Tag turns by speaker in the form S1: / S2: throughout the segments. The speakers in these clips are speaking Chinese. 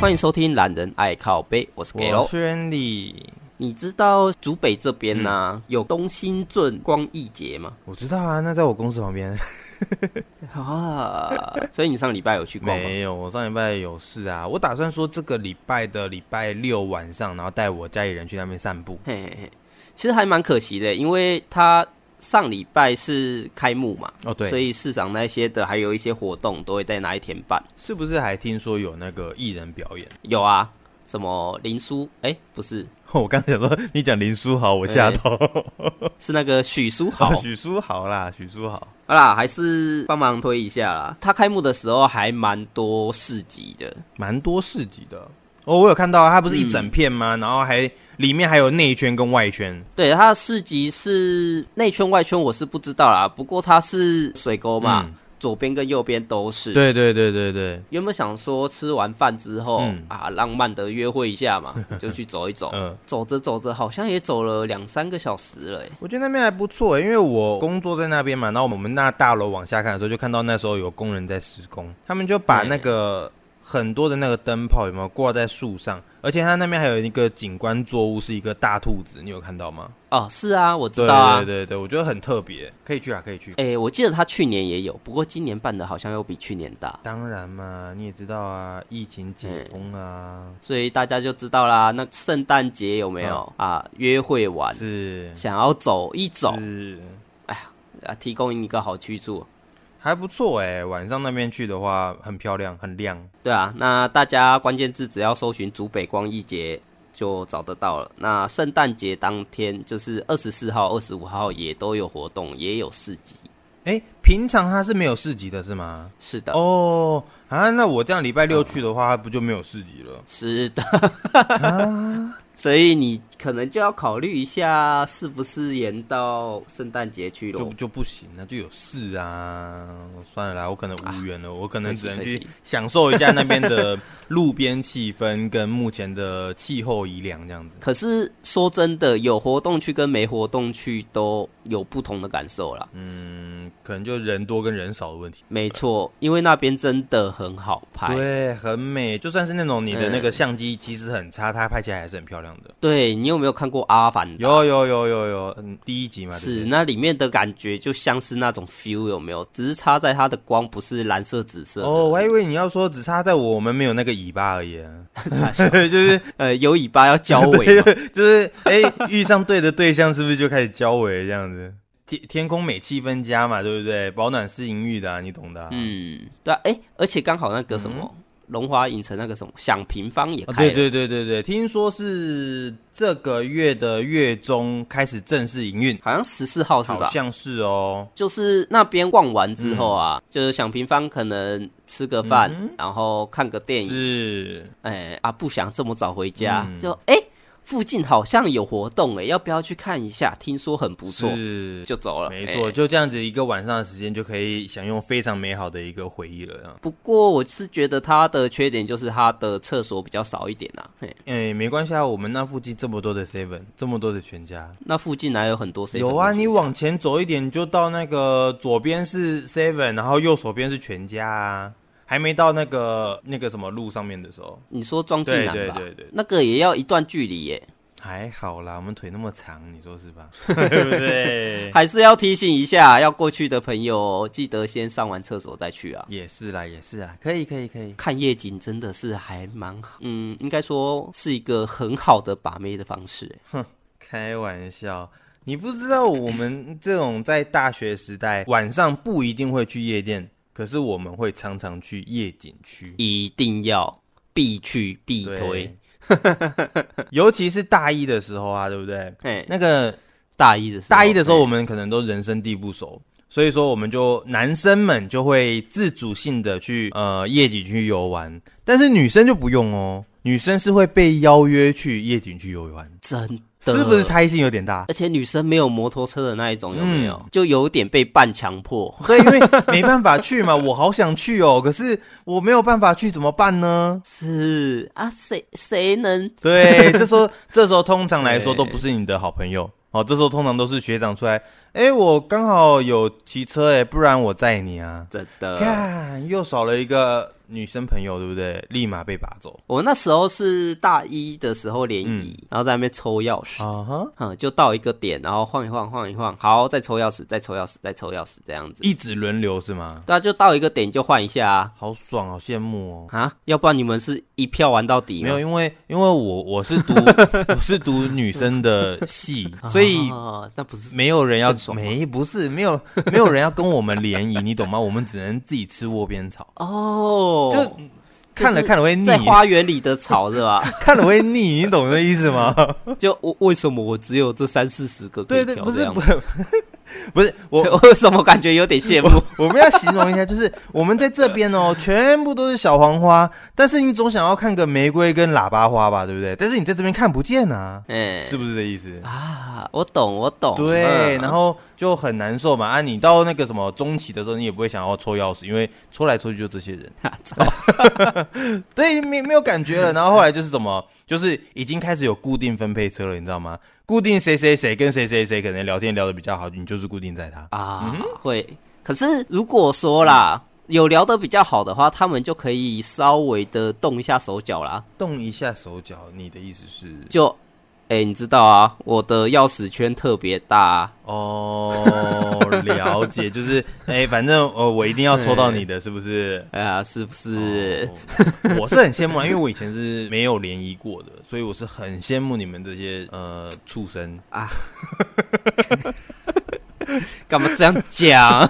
S1: 欢迎收听《懒人爱靠背》，我是 Gelo
S2: 我。圈里，
S1: 你知道竹北这边呢、
S2: 嗯
S1: 有东兴镇光义节吗？
S2: 我知道啊，那在我公司旁 边。
S1: 啊， 所以你上礼拜有去逛吗？
S2: 没有，我上礼拜有事啊，我打算说这个礼拜的礼拜六晚上，然后带我家里人去那边散步。
S1: 嘿嘿嘿，其实还蛮可惜的，因为他上礼拜是开幕嘛，
S2: 哦，
S1: 所
S2: 对，
S1: 以市场那些的还有一些活动都会在那一天办。
S2: 是不是还听说有那个艺人表演？
S1: 有啊，什么林书？哎、不是，
S2: 我刚想说你讲林书豪，我吓到。 。
S1: 是那个许书豪
S2: 许书豪啦，许书豪。
S1: 好啦，还是帮忙推一下啦。他开幕的时候还蛮多市集的，
S2: 蛮多市集的。哦，我有看到啊，它不是一整片吗？然后还里面还有内圈跟外圈。
S1: 对，它的市集是内圈外圈，我是不知道啦。不过它是水沟嘛，
S2: 嗯
S1: 左边跟右边都是。，
S2: 对对对对对，
S1: 原本想说吃完饭之后、
S2: 嗯
S1: 啊，浪漫的约会一下 嘛，就去走一走。
S2: 嗯，
S1: 走着走着，好像也走了两三个小时了、欸。
S2: 我觉得那边还不错、因为我工作在那边嘛，然后我们那大楼往下看的时候，就看到那时候有工人在施工，他们就把
S1: 嗯
S2: 那个很多的那个灯泡有没有挂在树上，而且它那边还有一个景观作物是一个大兔子，你有看到吗？
S1: 哦，是啊，我知
S2: 对
S1: 道啊。
S2: 对对对，我觉得很特别，可以去啊，可以去。
S1: 哎、我记得他去年也有，不过今年办的好像又比去年大，
S2: 当然嘛，你也知道啊，疫情
S1: 嗯
S2: 解封啊，
S1: 所以大家就知道啦。那圣诞节有没有、啊？约会完
S2: 嗯是
S1: 想要走一走
S2: 是。
S1: 啊，提供一个好去处。
S2: 还不错哎、晚上那边去的话很漂亮，很亮。
S1: 对啊，那大家关键字只要搜寻“竹北光一节”就找得到了。那圣诞节当天就是二十四号、二十五号也都有活动，也有市集。
S2: 哎、平常它是没有市集的是吗？
S1: 是的，
S2: 哦啊，那我这样礼拜六去的话，它不就没有市集了？
S1: 是的，
S2: 啊
S1: 所以你可能就要考虑一下，是不是延到圣诞节去
S2: 就
S1: 咯。
S2: 就不行那就有事啊。算了啦，我可能无缘了，我可能
S1: 可惜
S2: 只能
S1: 可
S2: 去
S1: 惜
S2: 享受一下那边的路边气氛跟目前的气候宜凉这样子。
S1: 可是说真的，有活动去跟没活动去都有不同的感受啦。
S2: 嗯，可能就人多跟人少的问题。
S1: 没错，因为那边真的很好拍。
S2: 对，很美，就算是那种你的那个相机其实很差，它拍起来还是很漂亮的。
S1: 对你有没有看过《阿凡达》？
S2: 有有有有有，嗯，第一集嘛，对不
S1: 是，
S2: 对
S1: 那里面的感觉就像是那种 feel 有没有？只是差在它的光不是蓝色、紫色的
S2: 哦，我还以为你要说只差在我们没有那个尾巴而已、啊，
S1: 差小
S2: 就是
S1: 呃，有尾巴要交 尾嘛。
S2: 就是，哎、遇上对的对象是不是就开始交尾这样子？天天空美气氛佳嘛，对不对？保暖是淫欲的、啊，你懂的、啊。
S1: 嗯，对啊，哎、而且刚好那个什么龙华影城那个什么想平方也
S2: 嗯啊，
S1: 开
S2: 对
S1: 了，
S2: 对对对对，听说是这个月的月中开始正式营运，
S1: 好像十四号是
S2: 好
S1: 吧？
S2: 像是哦。
S1: 就是那边逛完之后
S2: 嗯
S1: 啊，就是想平方可能吃个饭，然后看个电影，
S2: 是，
S1: 哎、啊，不想这么早回家，
S2: 嗯
S1: 就哎、附近好像有活动哎、要不要去看一下？听说很不错，
S2: 是，
S1: 就走了。
S2: 没
S1: 哎
S2: 错，就这样子一个晚上的时间就可以享用非常美好的一个回忆了啊。
S1: 不过我是觉得它的缺点就是它的厕所比较少一点啊。嘿，
S2: 哎、没关系啊，我们那附近这么多的 Seven，这么多的全家，
S1: 那附近还有很多 C
S2: 有啊，你往前走一点你就到那个左边是 Seven，然后右手边是全家啊，还没到那个那个什么路上面的时候，
S1: 你说装进
S2: 对
S1: 南
S2: 对
S1: 吧，
S2: 对对，
S1: 那个也要一段距离耶，
S2: 还好啦，我们腿那么长，你说是 吧？对不对？
S1: 还是要提醒一下要过去的朋友哦，记得先上完厕所再去啊。
S2: 也是啦，也是啦，可以可以可以，
S1: 看夜景真的是还蛮好，嗯，应该说是一个很好的把妹的方式耶。
S2: 开玩笑。你不知道我们这种在大学时代晚上不一定会去夜店，可是我们会常常去夜景区。
S1: 一定要必去必推。
S2: 对，尤其是大一的时候啊，对不对？
S1: 哎，
S2: 那个
S1: 大一的时候，
S2: 大一的时候，
S1: 嘿
S2: 我们可能都人生地不熟，所以说我们就男生们就会自主性的去呃夜景区游玩，但是女生就不用哦，女生是会被邀约去夜景区游玩，
S1: 真的
S2: 是不是差异性有点大？
S1: 而且女生没有摩托车的那一种，有没有？
S2: 嗯
S1: 就有点被半强迫。
S2: 对，因为没办法去嘛， 我好想去哦，可是我没有办法去，怎么办呢？
S1: 是啊，谁谁能？
S2: 对，这时候这时候通常来说
S1: 对
S2: 都不是你的好朋友哦，这时候通常都是学长出来，哎，我刚好有骑车哎，不然我载你啊。
S1: 真的
S2: 看，又少了一个女生朋友，对不对？立马被拔走
S1: 我那时候是大一的时候联谊，然后在那边抽钥匙，
S2: 啊哈，
S1: 嗯，就到一个点，然后晃一晃，晃一晃，好，再抽钥匙，再抽钥匙，再抽钥匙，这样子。
S2: 一直轮流是吗？
S1: 对啊，就到一个点就换一下啊，
S2: 好爽，好羡慕哦。
S1: 啊，要不然你们是一票玩到底吗
S2: 没有，因为因为我我是 读我是读女生的 系，所以
S1: 哦那不是
S2: 没有人要
S1: 更爽吗
S2: 没不是没有没有人要跟我们联谊，你懂吗？我们只能自己吃窝边草，
S1: 哦，
S2: 就看了看了会腻，
S1: 在花园里的草是吧？
S2: 看了会腻，你懂这意思吗？
S1: 就我为什么我只有这三四十个可以
S2: 对对，
S1: 挑
S2: 不
S1: 这
S2: 是
S1: 样
S2: 不不 是 我
S1: 为什么感觉有点羡慕？
S2: 我们要形容一下，就是我们在这边 哦，全部都是小黄花，但是你总想要看个玫瑰跟喇叭花吧，对不对？但是你在这边看不见啊，
S1: 哎、
S2: 是不是这意思？
S1: 啊，我懂，我懂。嗯
S2: 对，然后就很难受嘛。啊，你到那个什么中期的时候，你也不会想要抽钥匙，因为抽来抽去就这些人，
S1: 啊
S2: 对，没没有感觉 了。然后后来就是什么，就是已经开始有固定分配车了，你知道吗？固定谁谁谁跟谁谁谁可能聊天聊得比较好，你就是固定在他。
S1: 啊，会。可是如果说啦，有聊得比较好的话，他们就可以稍微的动一下手脚啦。
S2: 动一下手脚，你的意思是？
S1: 就，哎、你知道啊，我的钥匙圈特别大、啊，
S2: 哦，了解，就是哎、反正呃，我一定要抽到你的，是不是？
S1: 哎、呀，是不是？
S2: 哦我是很羡慕啊，因为我以前是没有联谊过的，所以我是很羡慕你们这些呃畜生。
S1: 干嘛这样 讲？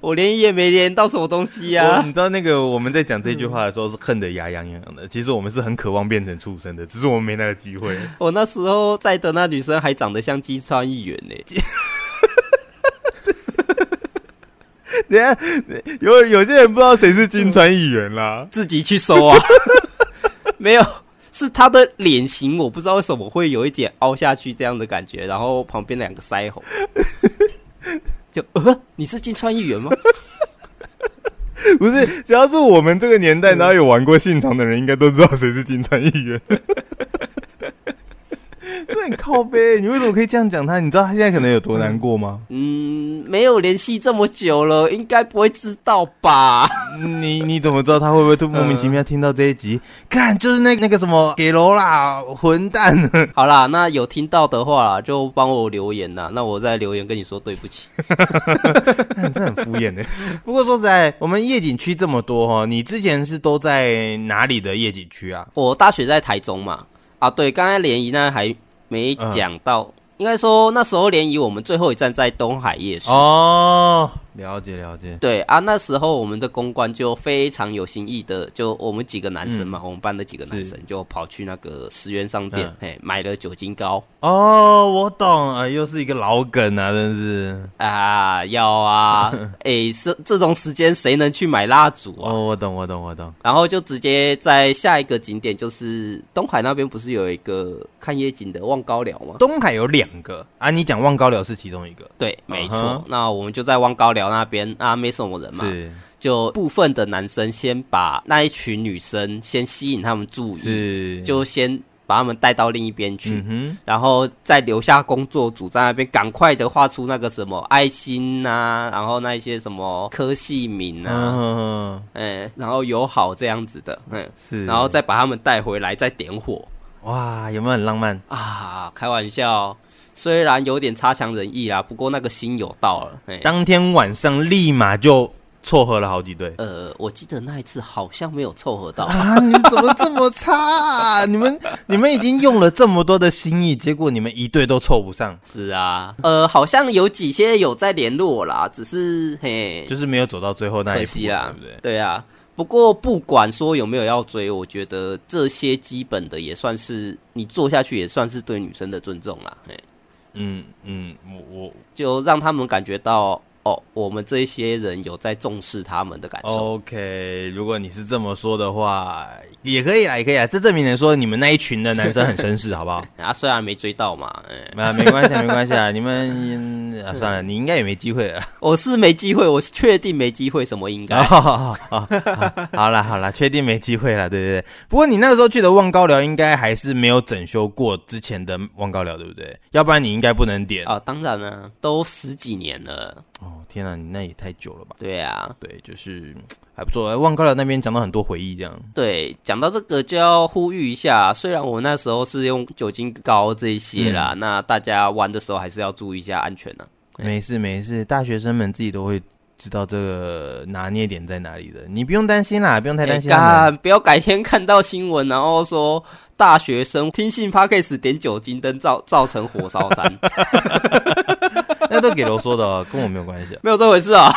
S1: 我连也没连到什么东西啊呀、
S2: 我你知道那个我们在讲这句话的时候是恨得牙痒痒的，其实我们是很渴望变成畜生的，只是我们没那个机 会。
S1: 我那时候在的那女生还长得像金川议员呢、
S2: 等一下有有些人不知道谁是金川议员啦。
S1: 自己去搜啊。 没有，是她的脸型，我不知道为什么会有一点凹下去这样的感觉，然后旁边两个腮红，就呃，你是金川议员吗？
S2: 不是，只要是我们这个年代，然后有玩过信长的人，应该都知道谁是金川议员。 这很靠背，你为什么可以这样讲他？你知道他现在可能有多难过吗？
S1: 嗯，没有联系这么久了，应该不会知道吧？
S2: 你你怎么知道他会不会突莫名其妙听到这一集？看，就是那那个什么给楼啦，混蛋！
S1: 好啦，那有听到的话啦，就帮我留言啦，那我再留言跟你说对不起。
S2: 看这很敷衍欸的。 不过说实在，我们夜景区这么多哦，你之前是都在哪里的夜景区啊？
S1: 我大学在台中嘛，啊，对，刚才联谊呢还没讲到，应该说那时候联谊我们最后一站在东海夜市。
S2: 哦，了解了解。
S1: 对啊，那时候我们的公关就非常有新意的，就我们几个男生嘛，我们班的几个男生就跑去那个十元商店
S2: 嗯，
S1: 嘿、买了酒精膏
S2: 哦，我懂，哎，又是一个老梗啊，真是。
S1: 啊，要 啊，诶、这这种时间谁能去买蜡烛啊？
S2: 哦，我懂，我懂，我懂。
S1: 然后就直接在下一个景点，就是东海那边不是有一个看夜景的望高寮吗？
S2: 东海有两个啊，你讲望高寮是其中一个，
S1: 对，没错。
S2: 嗯哼
S1: 那我们就在望高寮那边啊，没什么人嘛，
S2: 是
S1: 就部分的男生先把那一群女生先吸引他们注意，
S2: 是，
S1: 就先把他们带到另一边去。
S2: 嗯哼，
S1: 然后再留下工作组在那边，赶快的画出那个什么爱心呐、然后那一些什么科系名
S2: 嗯
S1: 啊，
S2: 哼哼
S1: 哎、然后友好这样子的，嗯，
S2: 是，
S1: 然后再把他们带回来，再点火，
S2: 哇，有没有很浪漫？
S1: 啊，开玩笑，虽然有点差强人意啦，不过那个心有到了。哎嘿
S2: 当天晚上立马就撮合了好几对，
S1: 呃，我记得那一次好像没有凑合到
S2: 啊！你们怎么这么差、 啊？你们你们已经用了这么多的心意，结果你们一对都凑不上，
S1: 是啊，呃，好像有几些有在联络啦，只是嘿，
S2: 就是没有走到最后那一
S1: 可
S2: 步，
S1: 惜啦
S2: 对不，对？
S1: 对啊。不过不管说有没有要追，我觉得这些基本的也算是你做下去，也算是对女生的尊重啦。嘿，
S2: 嗯嗯，我
S1: 就让他们感觉到哦，我们这些人有在重视他们的感
S2: 我
S1: 受。
S2: OK，如果你是这么说的话，也可以啦，也可以啦。这证明了说你们那一群的男生很绅士，好不好？
S1: 啊，虽然没追到嘛，哎，
S2: 啊，没关系啊，没关系啊，你们、嗯啊、算了，你应该也没机会了。
S1: 我是没机会，我是确定没机会，什么应该、
S2: 啊好好啦好啦，确定没机会了，对对对。不过你那个时候去的望高寮，应该还是没有整修过之
S1: 啊
S2: 前的望高寮，对不对？要不然你应该不能点。
S1: 啊？当然了、都十几年了，
S2: 哦，哦，天啊，你那也太久了吧？
S1: 对啊，
S2: 对，就是嗯还不错。望高了那边讲到很多回忆，这样
S1: 对，讲到这个就要呼吁一下，虽然我那时候是用酒精膏这些
S2: 嗯
S1: 啦，那大家玩的时候还是要注意一下安全啊呢、对
S2: 没事没事，大学生们自己都会知道这个拿捏点在哪里的，你不用担心啦，不用太担心他
S1: 哎
S2: 们。
S1: 干不要改天看到新闻，然后说大学生听信 p a c k a s 点酒精灯造造成火烧山，
S2: 那都给罗说的哦，跟我没有关系啊。
S1: 没有这回事啊。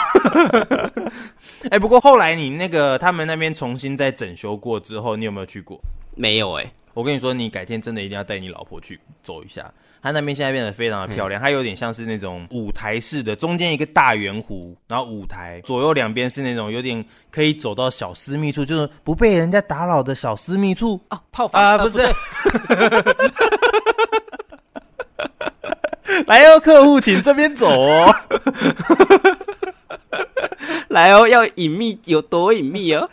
S2: 哎、不过后来你那个他们那边重新再整修过之后，你有没有去欸过？
S1: 没有哎、
S2: 我跟你说，你改天真的一定要带你老婆去走一下。它那边现在变得非常的漂亮，它有点像是那种舞台式的，中间一个大圆弧，然后舞台左右两边是那种有点可以走到小私密处，就是不被人家打扰的小私密 处
S1: 啊，泡房
S2: 啊，
S1: 啊
S2: 不是
S1: 对。
S2: 来哦，客户，请这边走 哦。
S1: 来哦，要隐秘有多隐秘哦？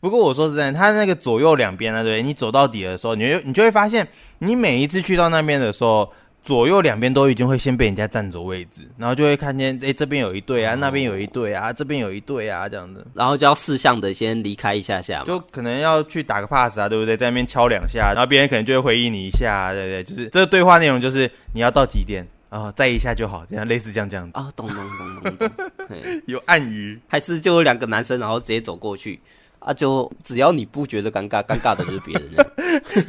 S2: 不过我说实在，它那个左右两边呢，对，你走到底的时候，你就你就会发现，你每一次去到那边的时候，左右两边都已经会先被人家占走位置，然后就会看见，哎，这边有一对啊，那边有一对啊，这边有一对啊，这样子，
S1: 然后就要适向的先离开一下下嘛。
S2: 就可能要去打个 pass 啊，对不对？在那边敲两下，然后别人可能就会回应你一下，对不对？就是这个对话内容就是你要到几点啊、哦再一下就好，这样类似这样这样子，
S1: 啊，懂懂懂懂懂，嘿
S2: 有暗语。
S1: 还是就两个男生，然后直接走过去啊，就只要你不觉得尴尬，尴尬的就是别人 了。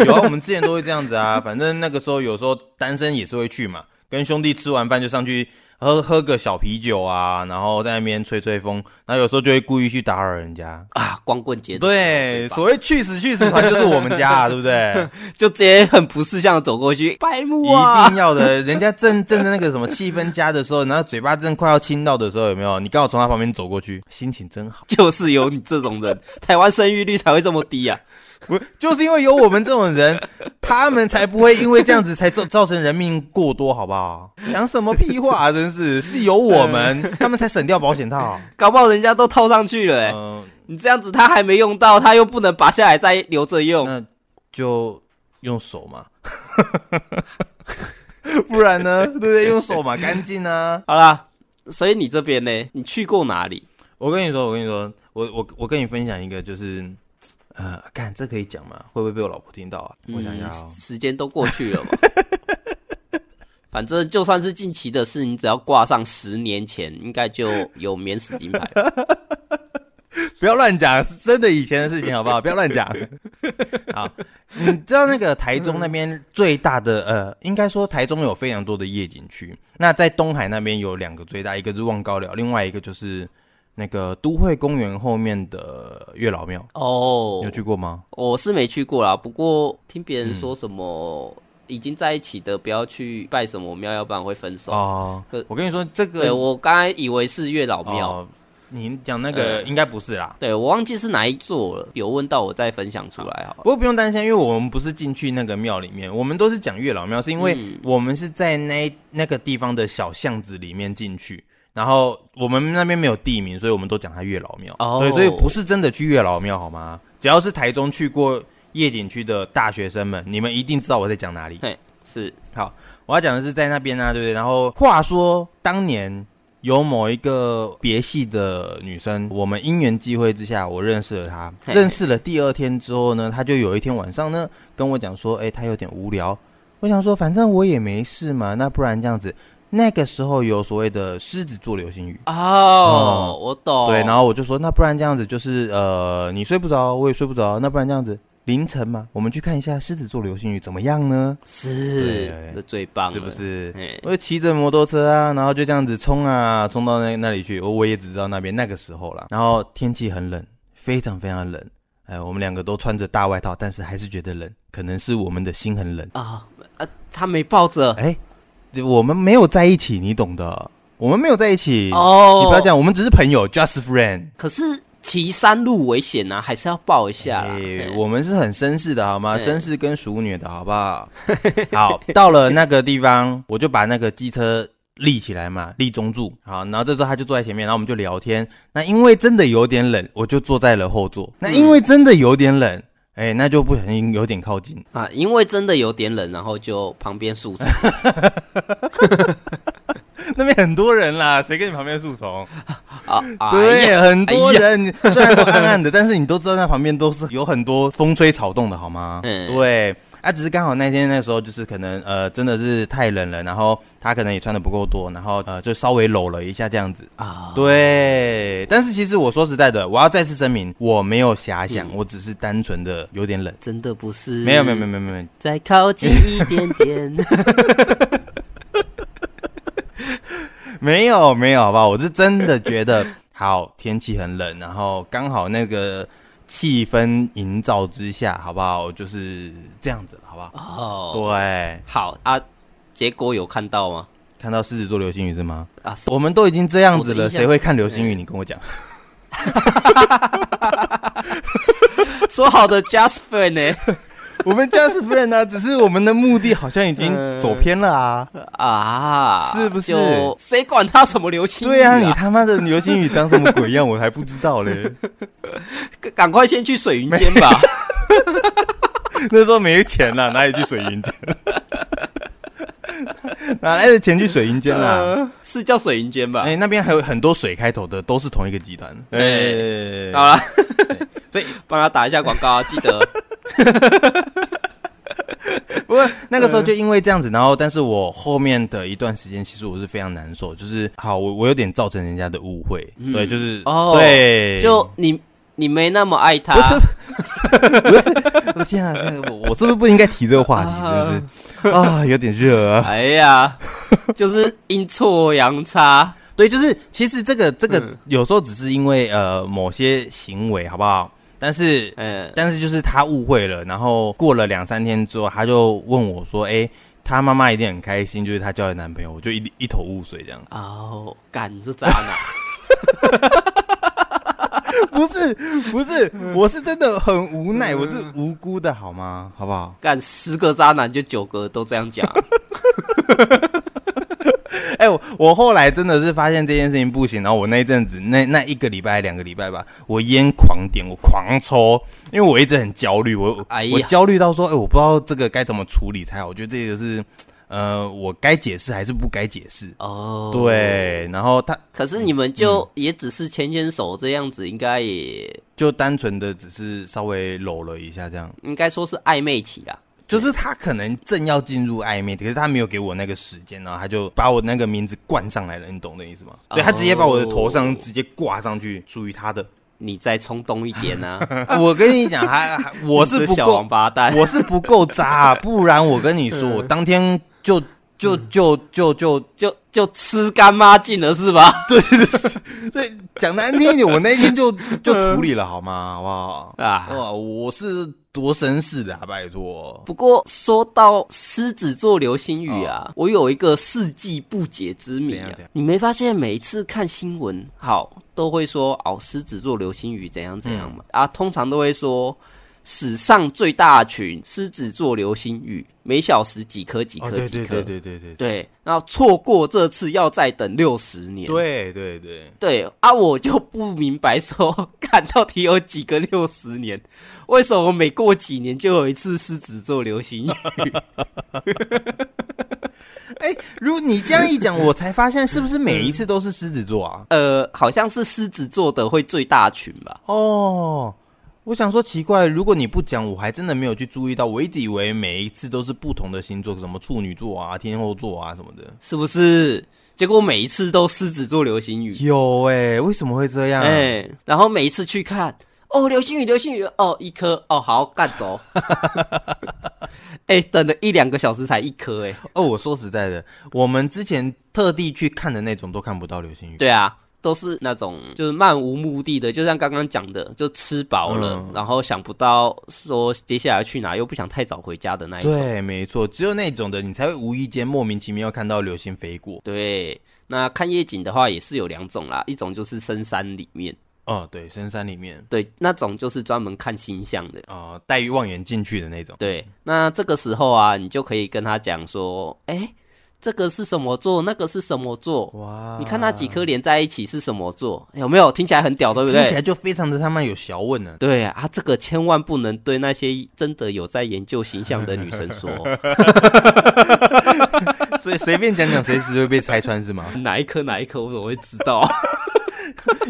S2: 有啊，我们之前都会这样子啊。反正那个时候有时候单身也是会去嘛，跟兄弟吃完饭就上去喝喝个小啤酒啊，然后在那边吹吹风，然后有时候就会故意去打扰人家。
S1: 啊，光棍节的
S2: 对，所谓去死去死团就是我们家、啊，对不对？
S1: 就直接很不识相的走过去，白目
S2: 一
S1: 啊！
S2: 定要的。人家正正在那个什么气氛佳的时候，然后嘴巴正快要亲到的时候，有没有？你刚好从他旁边走过去，心情真好。
S1: 就是有你这种人，台湾生育率才会这么低啊！
S2: 不就是因为有我们这种人， 他们才不会因为这样子才造造成人命过多，好不好？讲什么屁话、啊，真是是有我 们，他们才省掉保险套。
S1: 搞不好人家都套上去了、欸，
S2: 嗯、
S1: 你这样子他还没用到，他又不能拔下来再留着用，
S2: 那就用手嘛， 不然呢，对不对？用手 嘛，干净啊。
S1: 好啦，所以你这边呢？你去过哪里？
S2: 我跟你说，我跟你说，我我我跟你分享一个，就是呃，看这可以讲吗？会不会被我老婆听到啊？我想一下哦
S1: 嗯、。时间都过去了嘛。 反正就算是近期的事，你只要挂上十年前，应该就有免死金牌 了。
S2: 不要乱讲，是真的以前的事情好不好？不要 乱讲。好，你知道那个台中那边最大的呃，应该说台中有非常多的夜景区。那在东海那边有两个最大，一个是望高寮，另外一个就是那个都会公园后面的月老庙。
S1: 哦
S2: 你有去过吗？
S1: 我是没去过啦，不过听别人说什么、
S2: 嗯
S1: 已经在一起的不要去拜什么庙，要不然会分手。
S2: 哦
S1: 可，
S2: 我跟你说这个
S1: 对我刚才以为是月老庙，
S2: 哦你讲那个
S1: 呃
S2: 应该不是啦。
S1: 对我忘记是哪一座了，有问到我再分享出来好
S2: 不
S1: 了。
S2: 过不用担心，因为我们不是进去那个庙里面，我们都是讲月老庙，是因为
S1: 嗯
S2: 我们是在那那个地方的小巷子里面进去，然后我们那边没有地名，所以我们都讲它月老庙。
S1: 哦
S2: 对，所以不是真的去月老庙好吗？只要是台中去过夜景区的大学生们，你们一定知道我在讲哪里。
S1: 嘿，是
S2: 我要讲的是在那边啊，对不对？然后话说当年。有某一个别系的女生，我们因缘际会之下，我认识了她。
S1: 嘿
S2: 认识了第二天之后呢，她就有一天晚上呢跟我讲说：“哎、她有点无聊。”我想说，反正我也没事嘛，那不然这样子。那个时候有所谓的狮子座流星雨，
S1: 哦，我懂。
S2: 对，然后我就说，那不然这样子，就是呃，你睡不着，我也睡不着，那不然这样子，凌晨嘛，我们去看一下狮子座流星雨怎么样呢？对
S1: 是这最棒了，
S2: 是不是？
S1: 嘿？
S2: 我就骑着摩托车啊，然后就这样子冲啊，冲到那那里去。我我也只知道那边那个时候啦。然后天气很冷，非常非常冷。哎，我们两个都穿着大外套，但是还是觉得冷，可能是我们的心很冷。
S1: 啊啊，他没抱着
S2: 哎，我们没有在一起，你懂的。我们没有在一起，
S1: 哦，
S2: 你不要这。样，我们只是朋友，just friend。
S1: 可是骑山路危险啊，还是要抱一下啦。
S2: 哎
S1: 嘿
S2: 我们是很绅士的好吗？
S1: 哎
S2: 绅士跟淑女的好不 好？好，到了那个地方，我就把那个机车立起来嘛，立中柱。好，然后这时候他就坐在前面，然后我们就聊天。那因为真的有点冷，我就坐在了后座。那因为真的有点冷，哎、那就不小心有点靠近。
S1: 啊，因为真的有点冷，然后就旁边树丛。
S2: 那边很多人啦，谁跟你旁边树丛？
S1: 啊啊！哎呀，
S2: 对，很多人，虽然都暗暗的， 但是你都知道那旁边都是有很多风吹草动的，好吗？
S1: 嗯
S2: 对。啊，只是刚好那天那时候就是可能呃真的是太冷了，然后他可能也穿的不够多，然后呃就稍微搂了一下这样子。
S1: 啊，
S2: 对，但是其实我说实在的，我要再次声明，我没有遐
S1: 嗯
S2: 想，我只是单纯的有点冷。
S1: 真的不是，
S2: 没有没有没有没有没有，
S1: 再靠近一点 点。
S2: 没有没有，好不好？我是真的觉得， 好天气很冷，然后刚好那个气氛营造之下，好不好？就是这样子了，好不好？
S1: 哦，
S2: 对，
S1: 好啊，结果有看到吗？
S2: 看到狮子座流星雨是吗？
S1: 啊，
S2: 我们都已经这样子
S1: 我的
S2: 了，
S1: 印象
S2: 谁会看流星雨？你跟我讲，
S1: 说好的 just friend 呢？
S2: 我们家是 friend 啊，只是我们的目的好像 已经
S1: 嗯
S2: 走偏了啊。
S1: 啊，
S2: 是不是
S1: 就谁管他什么流星雨、
S2: 对啊，
S1: 啊？
S2: 你他妈的流星雨长什么鬼样，我还不知道嘞。
S1: 赶赶快先去水云间吧。
S2: 那时候没钱啦，哪里去水云间？ 哪来的钱去水云间啦、
S1: 呃是叫水云间吧？
S2: 哎、那边还有很多水开头的，都是同一个集团。哎、
S1: 好 了，
S2: 所以
S1: 帮他打一下广告啊，记 得
S2: 不过那个时候就因为这样子，然后但是我后面的一段时间，其实我是非常难受，就是好，我我有点造成人家的误会，对，就是
S1: 哦
S2: 对，
S1: 就你你没那么爱他，
S2: 不是我 天啊，那个我我是不是不应该提这个话 题？真是啊，有点热啊。
S1: 哎呀，就是阴错阳差。
S2: 对，就是其实这个这个有时候只是因为呃某些行为，好不好？但是
S1: 嗯，
S2: 但是就是他误会了，然后过了两三天之后，他就问我说：“哎、他妈妈一定很开心，就是他交了男朋友。”我就一一头雾水这样。
S1: 哦，干这渣男，
S2: 不是不是，我是真的很无奈，我是无辜的好吗？好不好？
S1: 干十个渣男就九个都这样讲。
S2: 哎、我我后来真的是发现这件事情不行，然后我那一阵子那那一个礼拜两个礼拜吧，我烟狂点，我狂抽，因为我一直很焦虑，我、
S1: 哎呀
S2: 我焦虑到说，哎、我不知道这个该怎么处理才好。我觉得这个是呃，我该解释还是不该解释？
S1: 哦，。
S2: 对，嗯然后他
S1: 可是你们就也只是牵牵手这样子，应该也
S2: 就单纯的只是稍微搂了一下，这样，
S1: 应该说是暧昧期啦。
S2: 就是他可能正要进入暧昧，可是他没有给我那个时间，然后他就把我那个名字冠上来了，你懂的意思吗？
S1: 哦
S2: 对他直接把我的头上直接挂上去，属于 他的。
S1: 你再冲动一点啊！
S2: 啊我跟你讲，还还我是
S1: 你这
S2: 不
S1: 小
S2: 够
S1: 王，八嗯蛋，
S2: 我是不够渣、啊不然我跟你说，我当天就就
S1: 嗯
S2: 就 就就
S1: 就就吃干抹净了是 吧？
S2: 对对，讲难听一点，我那一天 就就处理了，好吗？好不好？
S1: 啊，
S2: 哇，我是多绅士的啊，拜托。
S1: 不过说到狮子座流星雨啊，我有一个世纪不解之谜
S2: 哦怎
S1: 啊
S2: 样怎样。
S1: 你没发现每一次看新闻，好都会说哦，狮子座流星雨怎样怎样嘛、
S2: 嗯
S1: 啊，通常都会说史上最大群狮子座流星雨，每小时几颗几颗
S2: 哦，对
S1: 几
S2: 对
S1: 颗。
S2: 对对对对
S1: 对，然后错过这次要再等六十年。
S2: 对对对，
S1: 对啊，我就不明白说，看到底有几个六十年？为什么每过几年就有一次狮子座流星雨？
S2: 哎，如果你这样一讲，我才发现是不是每一次都是狮子座啊？
S1: 呃，好像是狮子座的会最大群吧？
S2: 哦，我想说奇怪，如果你不讲，我还真的没有去注意到，我一直以为每一次都是不同的星座，什么处女座啊、天后座啊什么的。
S1: 是不是？结果每一次都狮子座流星雨，
S2: 有哎、为什么会这样？
S1: 哎、然后每一次去看，哦，流星雨，流星雨，哦，一颗，哦，好，干走。哎、等了一两个小时才一颗，哎，
S2: 哦，我说实在的，我们之前特地去看的那种都看不到流星雨。
S1: 对啊，都是那种就是漫无目的的，就像刚刚讲的，就吃饱了，
S2: 嗯
S1: 然后想不到说接下来去哪，又不想太早回家的那一种。
S2: 对，没错，只有那种的，你才会无意间莫名其妙看到流星飞过。
S1: 对，那看夜景的话也是有两种啦，一种就是深山里面，
S2: 哦，对，深山里面，
S1: 对，那种就是专门看星象的。
S2: 哦，带望远镜去的那种。
S1: 对，那这个时候啊，你就可以跟他讲说，哎、这个是什么座，那个是什么座，
S2: 哇
S1: 你看那几颗
S2: 啊
S1: 连在一起是什么座，有没有？听起来很屌，对不对？
S2: 听起来就非常的他妈有学 问呢、
S1: 对啊，这个千万不能对那些真的有在研究形象的女生说。
S2: 所以随便讲讲，随时会被拆穿是吗？
S1: 哪一颗哪一颗，我怎么会知道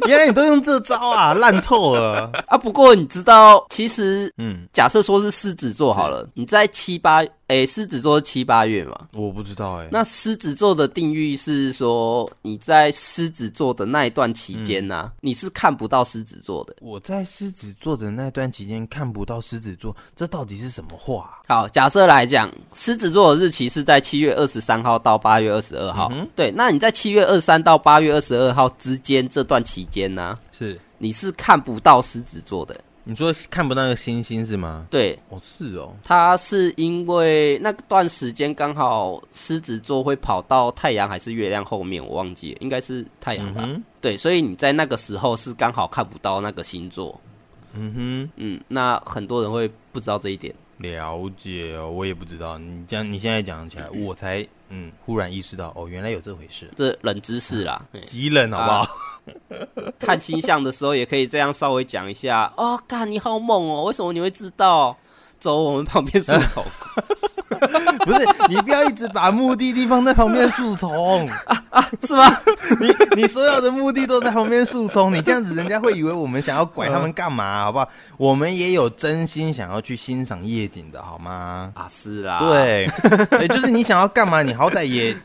S2: 原来你都用这招啊，烂透了。
S1: 啊？不过你知道，其实
S2: 嗯，
S1: 假设说是狮子座好了，你在七八诶，狮子座是七八月嘛？
S2: 我不知道哎、
S1: 那狮子座的定义是说，你在狮子座的那一段期间呢、你是看不到狮子座的。
S2: 我在狮子座的那段期间看不到狮子座，这到底是什么话、
S1: 好，假设来讲，狮子座的日期是在七月二十三号到八月二十二号、对，那你在七月二三到八月二十二号之间这段期间啊呢、
S2: 是
S1: 你是看不到狮子座的。
S2: 你说看不到那个星星是吗？
S1: 对，
S2: 哦，是哦，
S1: 它是因为那段时间刚好狮子座会跑到太阳还是月亮后面，我忘记了，应该是太阳
S2: 嗯
S1: 吧、
S2: 哼，
S1: 对，啊所以你在那个时候是刚好看不到那个星座。
S2: 嗯
S1: 嗯，那很多人会不知道这一点。
S2: 哼，了解哦，我也不知道。你这样你现在 讲起来，我才嗯忽然意识到，哦，原来有这回事。
S1: 这冷知识啦，嘿
S2: 极冷好不好？
S1: 看星象的时候也可以这样稍微讲一下。哦，干，你好猛哦！为什么你会知道？走，我们旁边树 丛
S2: 不是，你不要一直把目的地放在旁边树丛。
S1: 是吗？
S2: 你你所有的目的都在旁边树丛，你这样子人家会以为我们想要拐他们干嘛、好不好？我们也有真心想要去欣赏夜景的好吗？
S1: 啊，是啦，，
S2: 对， 嗯对，就是你想要干嘛，你好歹 也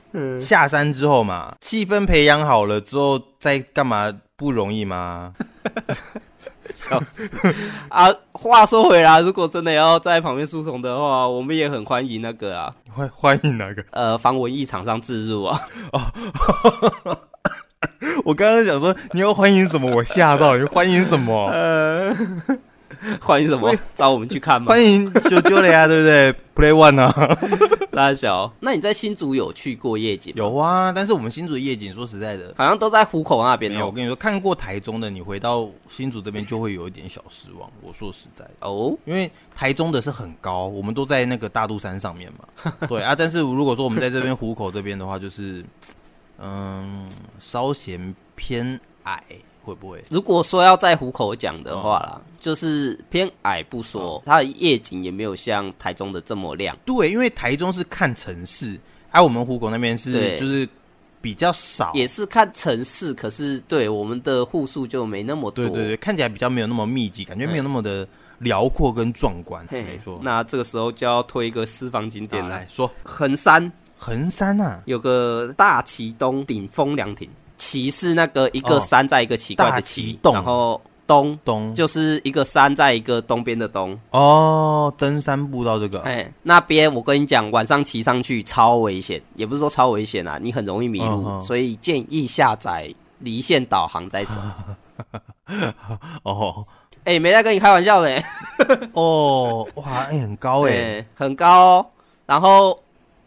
S2: 下山之后嘛，气氛培养好了之后再干嘛不容易 吗？
S1: 啊。话说回来，如果真的要在旁边树丛的话，我们也很欢迎那个啊，
S2: 欢欢迎哪个？
S1: 呃，防蚊疫厂商自入啊。
S2: 我刚刚想说你要欢迎什么，我吓到你欢迎什 么？
S1: 呃，欢迎什么？找我们去看吗？
S2: 欢迎九九了呀，啊对不对？Play One 啊，
S1: 大小，那你在新竹有去过夜景吗？
S2: 有啊，但是我们新竹的夜景，说实在的，
S1: 好像都在虎口那边
S2: 没有，我
S1: 哦。
S2: 跟你说，看过台中的，你回到新竹这边就会有一点小失望。我说实在的，
S1: 哦，
S2: 因为台中的是很高，我们都在那个大肚山上面 嘛。对啊，但是如果说我们在这边虎口这边的话，就是嗯，稍显偏矮，会不会？
S1: 如果说要在虎口讲的话
S2: 哦
S1: 啦，就是偏矮不说，它的夜景也没有像台中的这么亮。
S2: 对，因为台中是看城市，而、啊、我们虎口那边是
S1: 对
S2: 就是比较少，
S1: 也是看城市，可是对我们的户数就没那么多。
S2: 对对对，看起来比较没有那么密集，感觉没有那么的辽阔跟壮观。
S1: 嘿
S2: 没错，
S1: 那这个时候就要推一个私房景点
S2: 好
S1: 来
S2: 来，说
S1: 横山
S2: 横山啊，
S1: 有个大旗东顶峰凉亭，旗是那个一个
S2: 哦
S1: 山在一个奇怪
S2: 大
S1: 的旗，
S2: 旗洞
S1: 然后东
S2: 东
S1: 就是一个山在一个东边的东。
S2: 哦，登山步道这个，
S1: 哎、那边我跟你讲，晚上骑上去超危险，也不是说超危险啊，你很容易迷路，
S2: 嗯嗯
S1: 所以建议下载离线导航再走。
S2: 啊哦
S1: 哎、没在跟你开玩笑嘞、
S2: 哦，哇，哎、很高哎、
S1: 对，很高哦。然后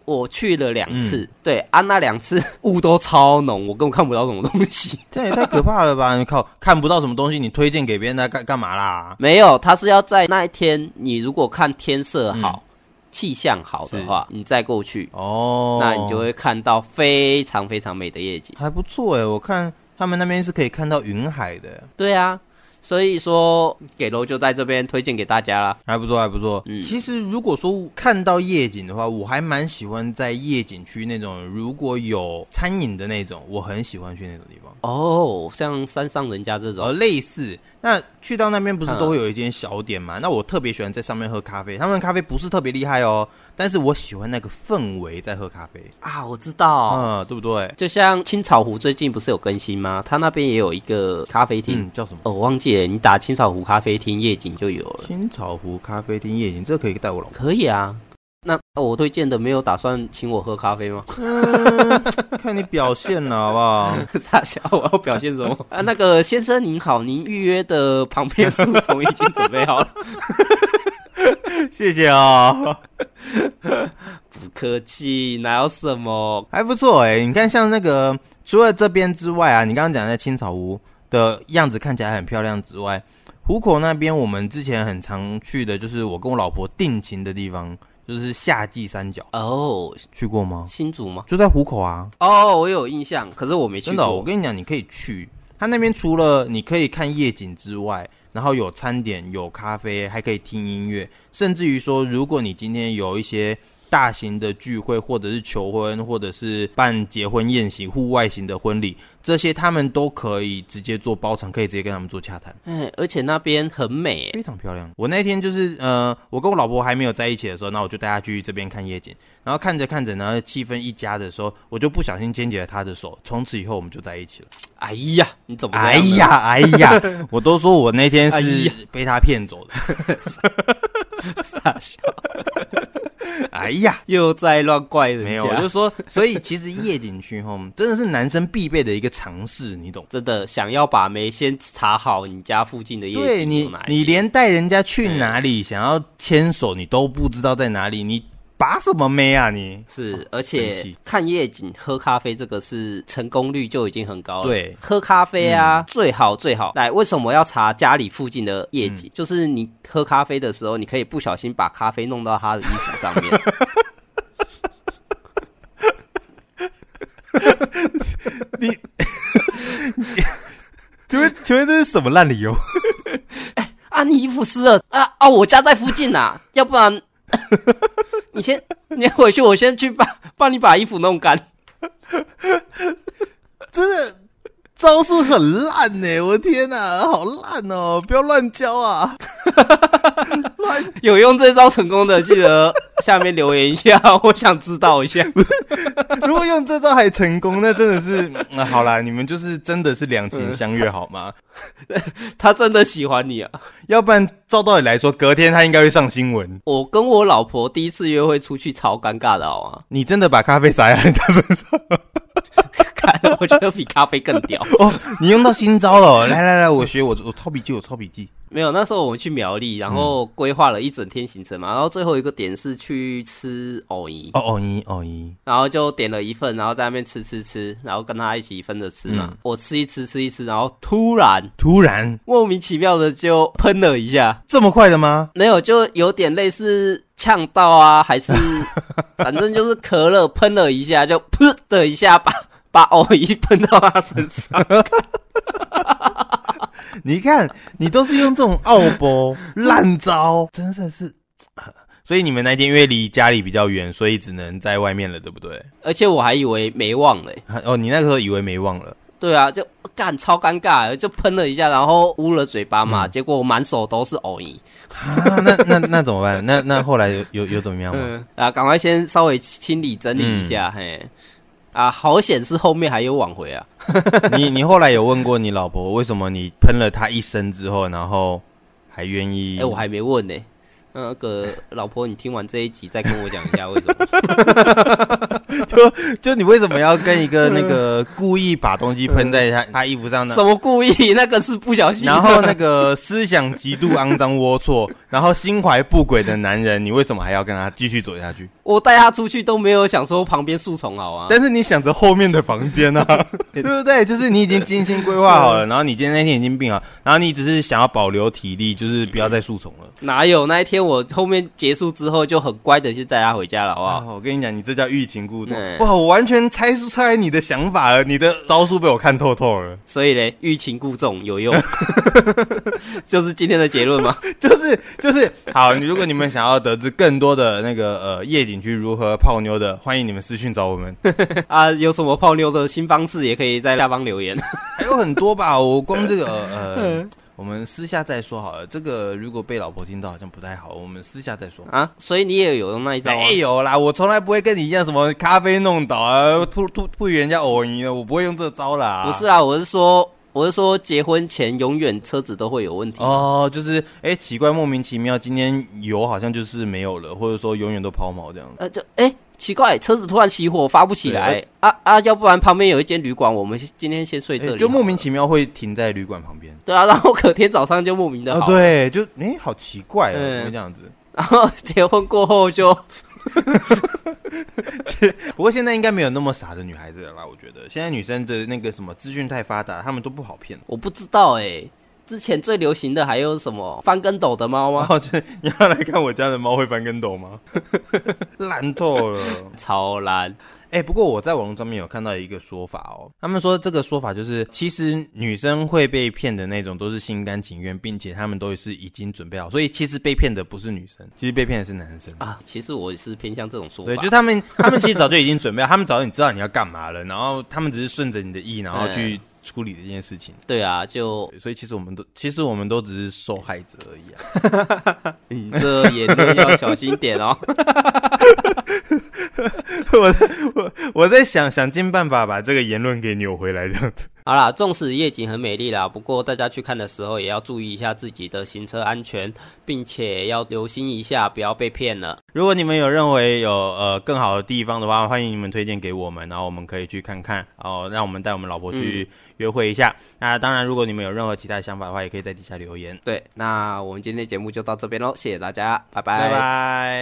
S1: 我去了两次，对啊，那两次 雾都超浓，我根本看不到什么东西。
S2: 这样也太可怕了吧！你 靠，看不到什么东西，你推荐给别人来干干嘛啦？
S1: 没有，它是要在那一天，你如果看天色好、气象好的话，你再过去，
S2: 哦，
S1: 那你就会看到非常非常美的夜景。
S2: 还不错哎、我看他们那边是可以看到云海的，
S1: 对啊，所以说给楼就在这边推荐给大家啦。
S2: 还不错，还不错。
S1: 嗯
S2: 其实如果说看到夜景的话，我还蛮喜欢在夜景区那种，如果有餐饮的那种，我很喜欢去那种地方。
S1: 哦，像山上人家这种，
S2: 呃，类似，那去到那边不是都会有一间小店嘛？那我特别喜欢在上面喝咖啡，他们咖啡不是特别厉害哦，但是我喜欢那个氛围在喝咖啡，
S1: 啊，我知道，
S2: 嗯，对不对？
S1: 就像青草湖最近不是有更新吗？它那边也有一个咖啡厅，
S2: 嗯，叫什么？
S1: 哦，我忘记了，你打青草湖咖啡厅夜景就有了。
S2: 青草湖咖啡厅夜景，这可以带我 老婆。
S1: 可以啊，那我推荐的没有打算请我喝咖啡 吗？
S2: 嗯，看你表现了好不好？
S1: 傻笑，我要表现什 么啊？那个先生您好，您预约的旁边树丛已经准备好 了，
S2: 谢谢哦，
S1: 不客气，哪有什么？
S2: 还不错哎。你看，像那个除了这边之外啊，你刚刚讲的青草湖的样子看起来很漂亮之外，湖口那边我们之前很常去的，就是我跟我老婆定情的地方，就是夏季三角，
S1: 哦，
S2: 去过吗？
S1: 新竹吗？
S2: 就在湖口啊，
S1: 哦，我有印象，可是我没去
S2: 真的哦、我
S1: 过。
S2: 跟你讲，你可以去，它那边除了你可以看夜景之外，然后有餐点、有咖啡，还可以听音乐，甚至于说，如果你今天有一些大型的聚会，或者是求婚，或者是办结婚宴席、户外型的婚礼，这些他们都可以直接做包场，可以直接跟他们做洽谈。
S1: 哎，而且那边很美欸，
S2: 非常漂亮。我那天就是呃，我跟我老婆还没有在一起的时候，那我就带她去这边看夜景，然后看着看着，然后气氛一加的时候，我就不小心牵起了她的手，从此以后我们就在一起了。
S1: 哎呀，你怎么？
S2: 哎，呀哎 呀，我都说我那天
S1: 哎
S2: 是
S1: 呀
S2: 被他骗走的。
S1: 傻笑，
S2: 哎呀，
S1: 又在乱怪人家，
S2: 没有，我就说，所以其实夜景区吼，真的是男生必备的一个尝试，你懂。
S1: 真的想要把妹，先查好你家附近的夜
S2: 对
S1: 景
S2: 你
S1: 有哪，一
S2: 你
S1: 些
S2: 连带人家去哪里，想要牵手，你都不知道在哪里，你把什么妹啊你？
S1: 是，而
S2: 生
S1: 且
S2: 气
S1: 看夜景、喝咖啡这个是成功率就已经很高了。
S2: 对嗯
S1: 喝咖啡啊，最好最好。来，为什么要查家里附近的夜
S2: 嗯
S1: 景？就是你喝咖啡的时候，你可以不小心把咖啡弄到他的衣服上 面。
S2: 请 问，请问这是什么烂理由？
S1: 啊，你衣服湿了啊啊！我家在附近 啊，要不然 你先你回去，我先去帮帮你把衣服弄干。
S2: 真的招数很烂呢、我的天哪、好烂哦、不要乱教啊！
S1: 有用这招成功的，记得下面留言一下，我想知道一下。
S2: 如果用这招还成功，那真的是……那、好啦，你们就是真的是两情相悦好吗？
S1: 他真的喜欢你啊！
S2: 要不然照道理来说，隔天他应该会上新闻。
S1: 我跟我老婆第一次约会出去超尴尬的好吗？
S2: 你真的把咖啡洒在他身上？
S1: 看，我觉得比咖啡更屌。
S2: 哦，你用到新招了哦！来来来，我学我我抄笔记，我抄笔记。
S1: 没有，那时候我们去苗栗，然后规划了一整天行程嘛，然后最后一个点是去吃藕泥，
S2: 哦哦一哦一，
S1: 然后就点了一份，然后在那边吃吃吃，然后跟他一起分着吃嘛。我吃一吃吃一吃，然后突然
S2: 突然
S1: 莫名其妙的就喷了一下，
S2: 这么快的吗？
S1: 没有，就有点类似呛到啊，还是 反正就是咳了喷了一下，就噗的一下把把藕一喷到他身上，
S2: 你看，你都是用这种奥博 烂招，真的是。所以你们那天因为离家里比较远，所以只能在外面了，对不对？
S1: 而且我还以为没忘嘞、
S2: 哦，你那个时候以为没忘 了，
S1: 对啊，就干超尴尬的，就喷了一下，然后捂了嘴巴
S2: 嗯
S1: 嘛，结果我满手都是藕泥。
S2: 啊、那 那那怎么办？那那后来有有有怎么样吗？
S1: 嗯，啊，赶快先稍微清理整理一
S2: 嗯
S1: 下，嘿。啊，好险是后面还有挽回啊！
S2: 你你后来有问过你老婆为什么你喷了她一身之后，然后还愿意？
S1: 哎、我还没问呢、那个老婆，你听完这一集再跟我讲一下为什 么。
S2: 就你为什么要跟一个那 个故意把东西喷在
S1: 嗯
S2: 她她衣服上呢？
S1: 什么故意？那个是不小心的。
S2: 然后那个思想极度肮脏龌龊，然后心怀不轨的男人，你为什么还要跟他继续走下去？
S1: 我带他出去都没有想说旁边树丛好啊。
S2: 但是你想着后面的房 间啊，对不对？就是你已经精心规划
S1: 嗯
S2: 好了，然后你今天那天已经病好，然后你只是想要保留体力，就是不要
S1: 嗯
S2: 再树丛了。
S1: 哪有那一天我后面结束之后就很乖的去带他回家了，好不
S2: 哇、
S1: 好？
S2: 啊我跟你讲，你这叫欲擒故纵
S1: 啊对。
S2: 哇，我完全猜出猜你的想法了，你的招数被我看透 透了。
S1: 所以嘞，欲擒故纵有用， 就是今天的结论吗？
S2: 就是就是好，如果你们想要得知更多的那个呃夜景区如何泡妞的，欢迎你们私讯找我 们。
S1: 啊，有什么泡妞的新方式也可以在下方留言。
S2: 还有很多吧，我光这个呃，呃我们私下再说好了。这个如果被老婆听到好像不太好，我们私下再说。
S1: 啊，所以你也有用那一招啊
S2: 没？有啦，我从来不会跟你一样什么咖啡弄倒啊，吐吐吐人家偶泥的，我不会用这招啦。
S1: 不是啊，我是说，我是说，结婚前永远车子都会有问题。
S2: 哦，就是哎、奇怪，莫名其妙，今天油好像就是没有了，或者说永远都抛锚这样。
S1: 呃，就哎、奇怪，车子突然起火，发不起来
S2: 对
S1: 啊啊！要不然旁边有一间旅馆，我们今天先睡这
S2: 诶
S1: 里好了、
S2: 哎就莫名其妙会停在旅馆旁边。
S1: 对啊，然 后隔天早上就莫名的
S2: 哦，
S1: 好了
S2: 对，就哎、好奇怪哦，
S1: 嗯
S2: 怎么会这样子？
S1: 然后结婚过后就
S2: 不过现在应该没有那么傻的女孩子了啦，我觉得现在女生的那个什么资讯太发达，她们都不好骗。
S1: 我不知道哎、之前最流行的还有什么翻跟斗的猫吗？
S2: 哦，对，你要来看我家的猫会翻跟斗吗？烂透了！
S1: 超烂！
S2: 哎、哎、不过我在网络上面有看到一个说法哦，他们说这个说法就是，其实女生会被骗的那种都是心甘情愿，并且他们都是已经准备好，所以其实被骗的不是女生，其实被骗的是男生。
S1: 啊，其实我是偏向这种说法，
S2: 对，就是他们，他们其实早就已经准备好，他们早就知道你要干嘛了，然后他们只是顺着你的意，然后去处理这件事情。
S1: 对啊，就
S2: 对所以其实我们都，其实我们都只是受害者而已啊。
S1: 你这言论要小心点哦。
S2: 我在想，想尽办法把这个言论给扭回来，这样子。
S1: 好啦，纵使夜景很美丽啦，不过大家去看的时候也要注意一下自己的行车安全，并且要留心一下，不要被骗了。
S2: 如果你们有认为有呃更好的地方的话，欢迎你们推荐给我们，然后我们可以去看看，哦，让我们带我们老婆去约会一下。那当然，如果你们有任何其他想法的话，也可以在底下留言。
S1: 对，那我们今天节目就到这边喽，谢谢大家，拜
S2: 拜拜。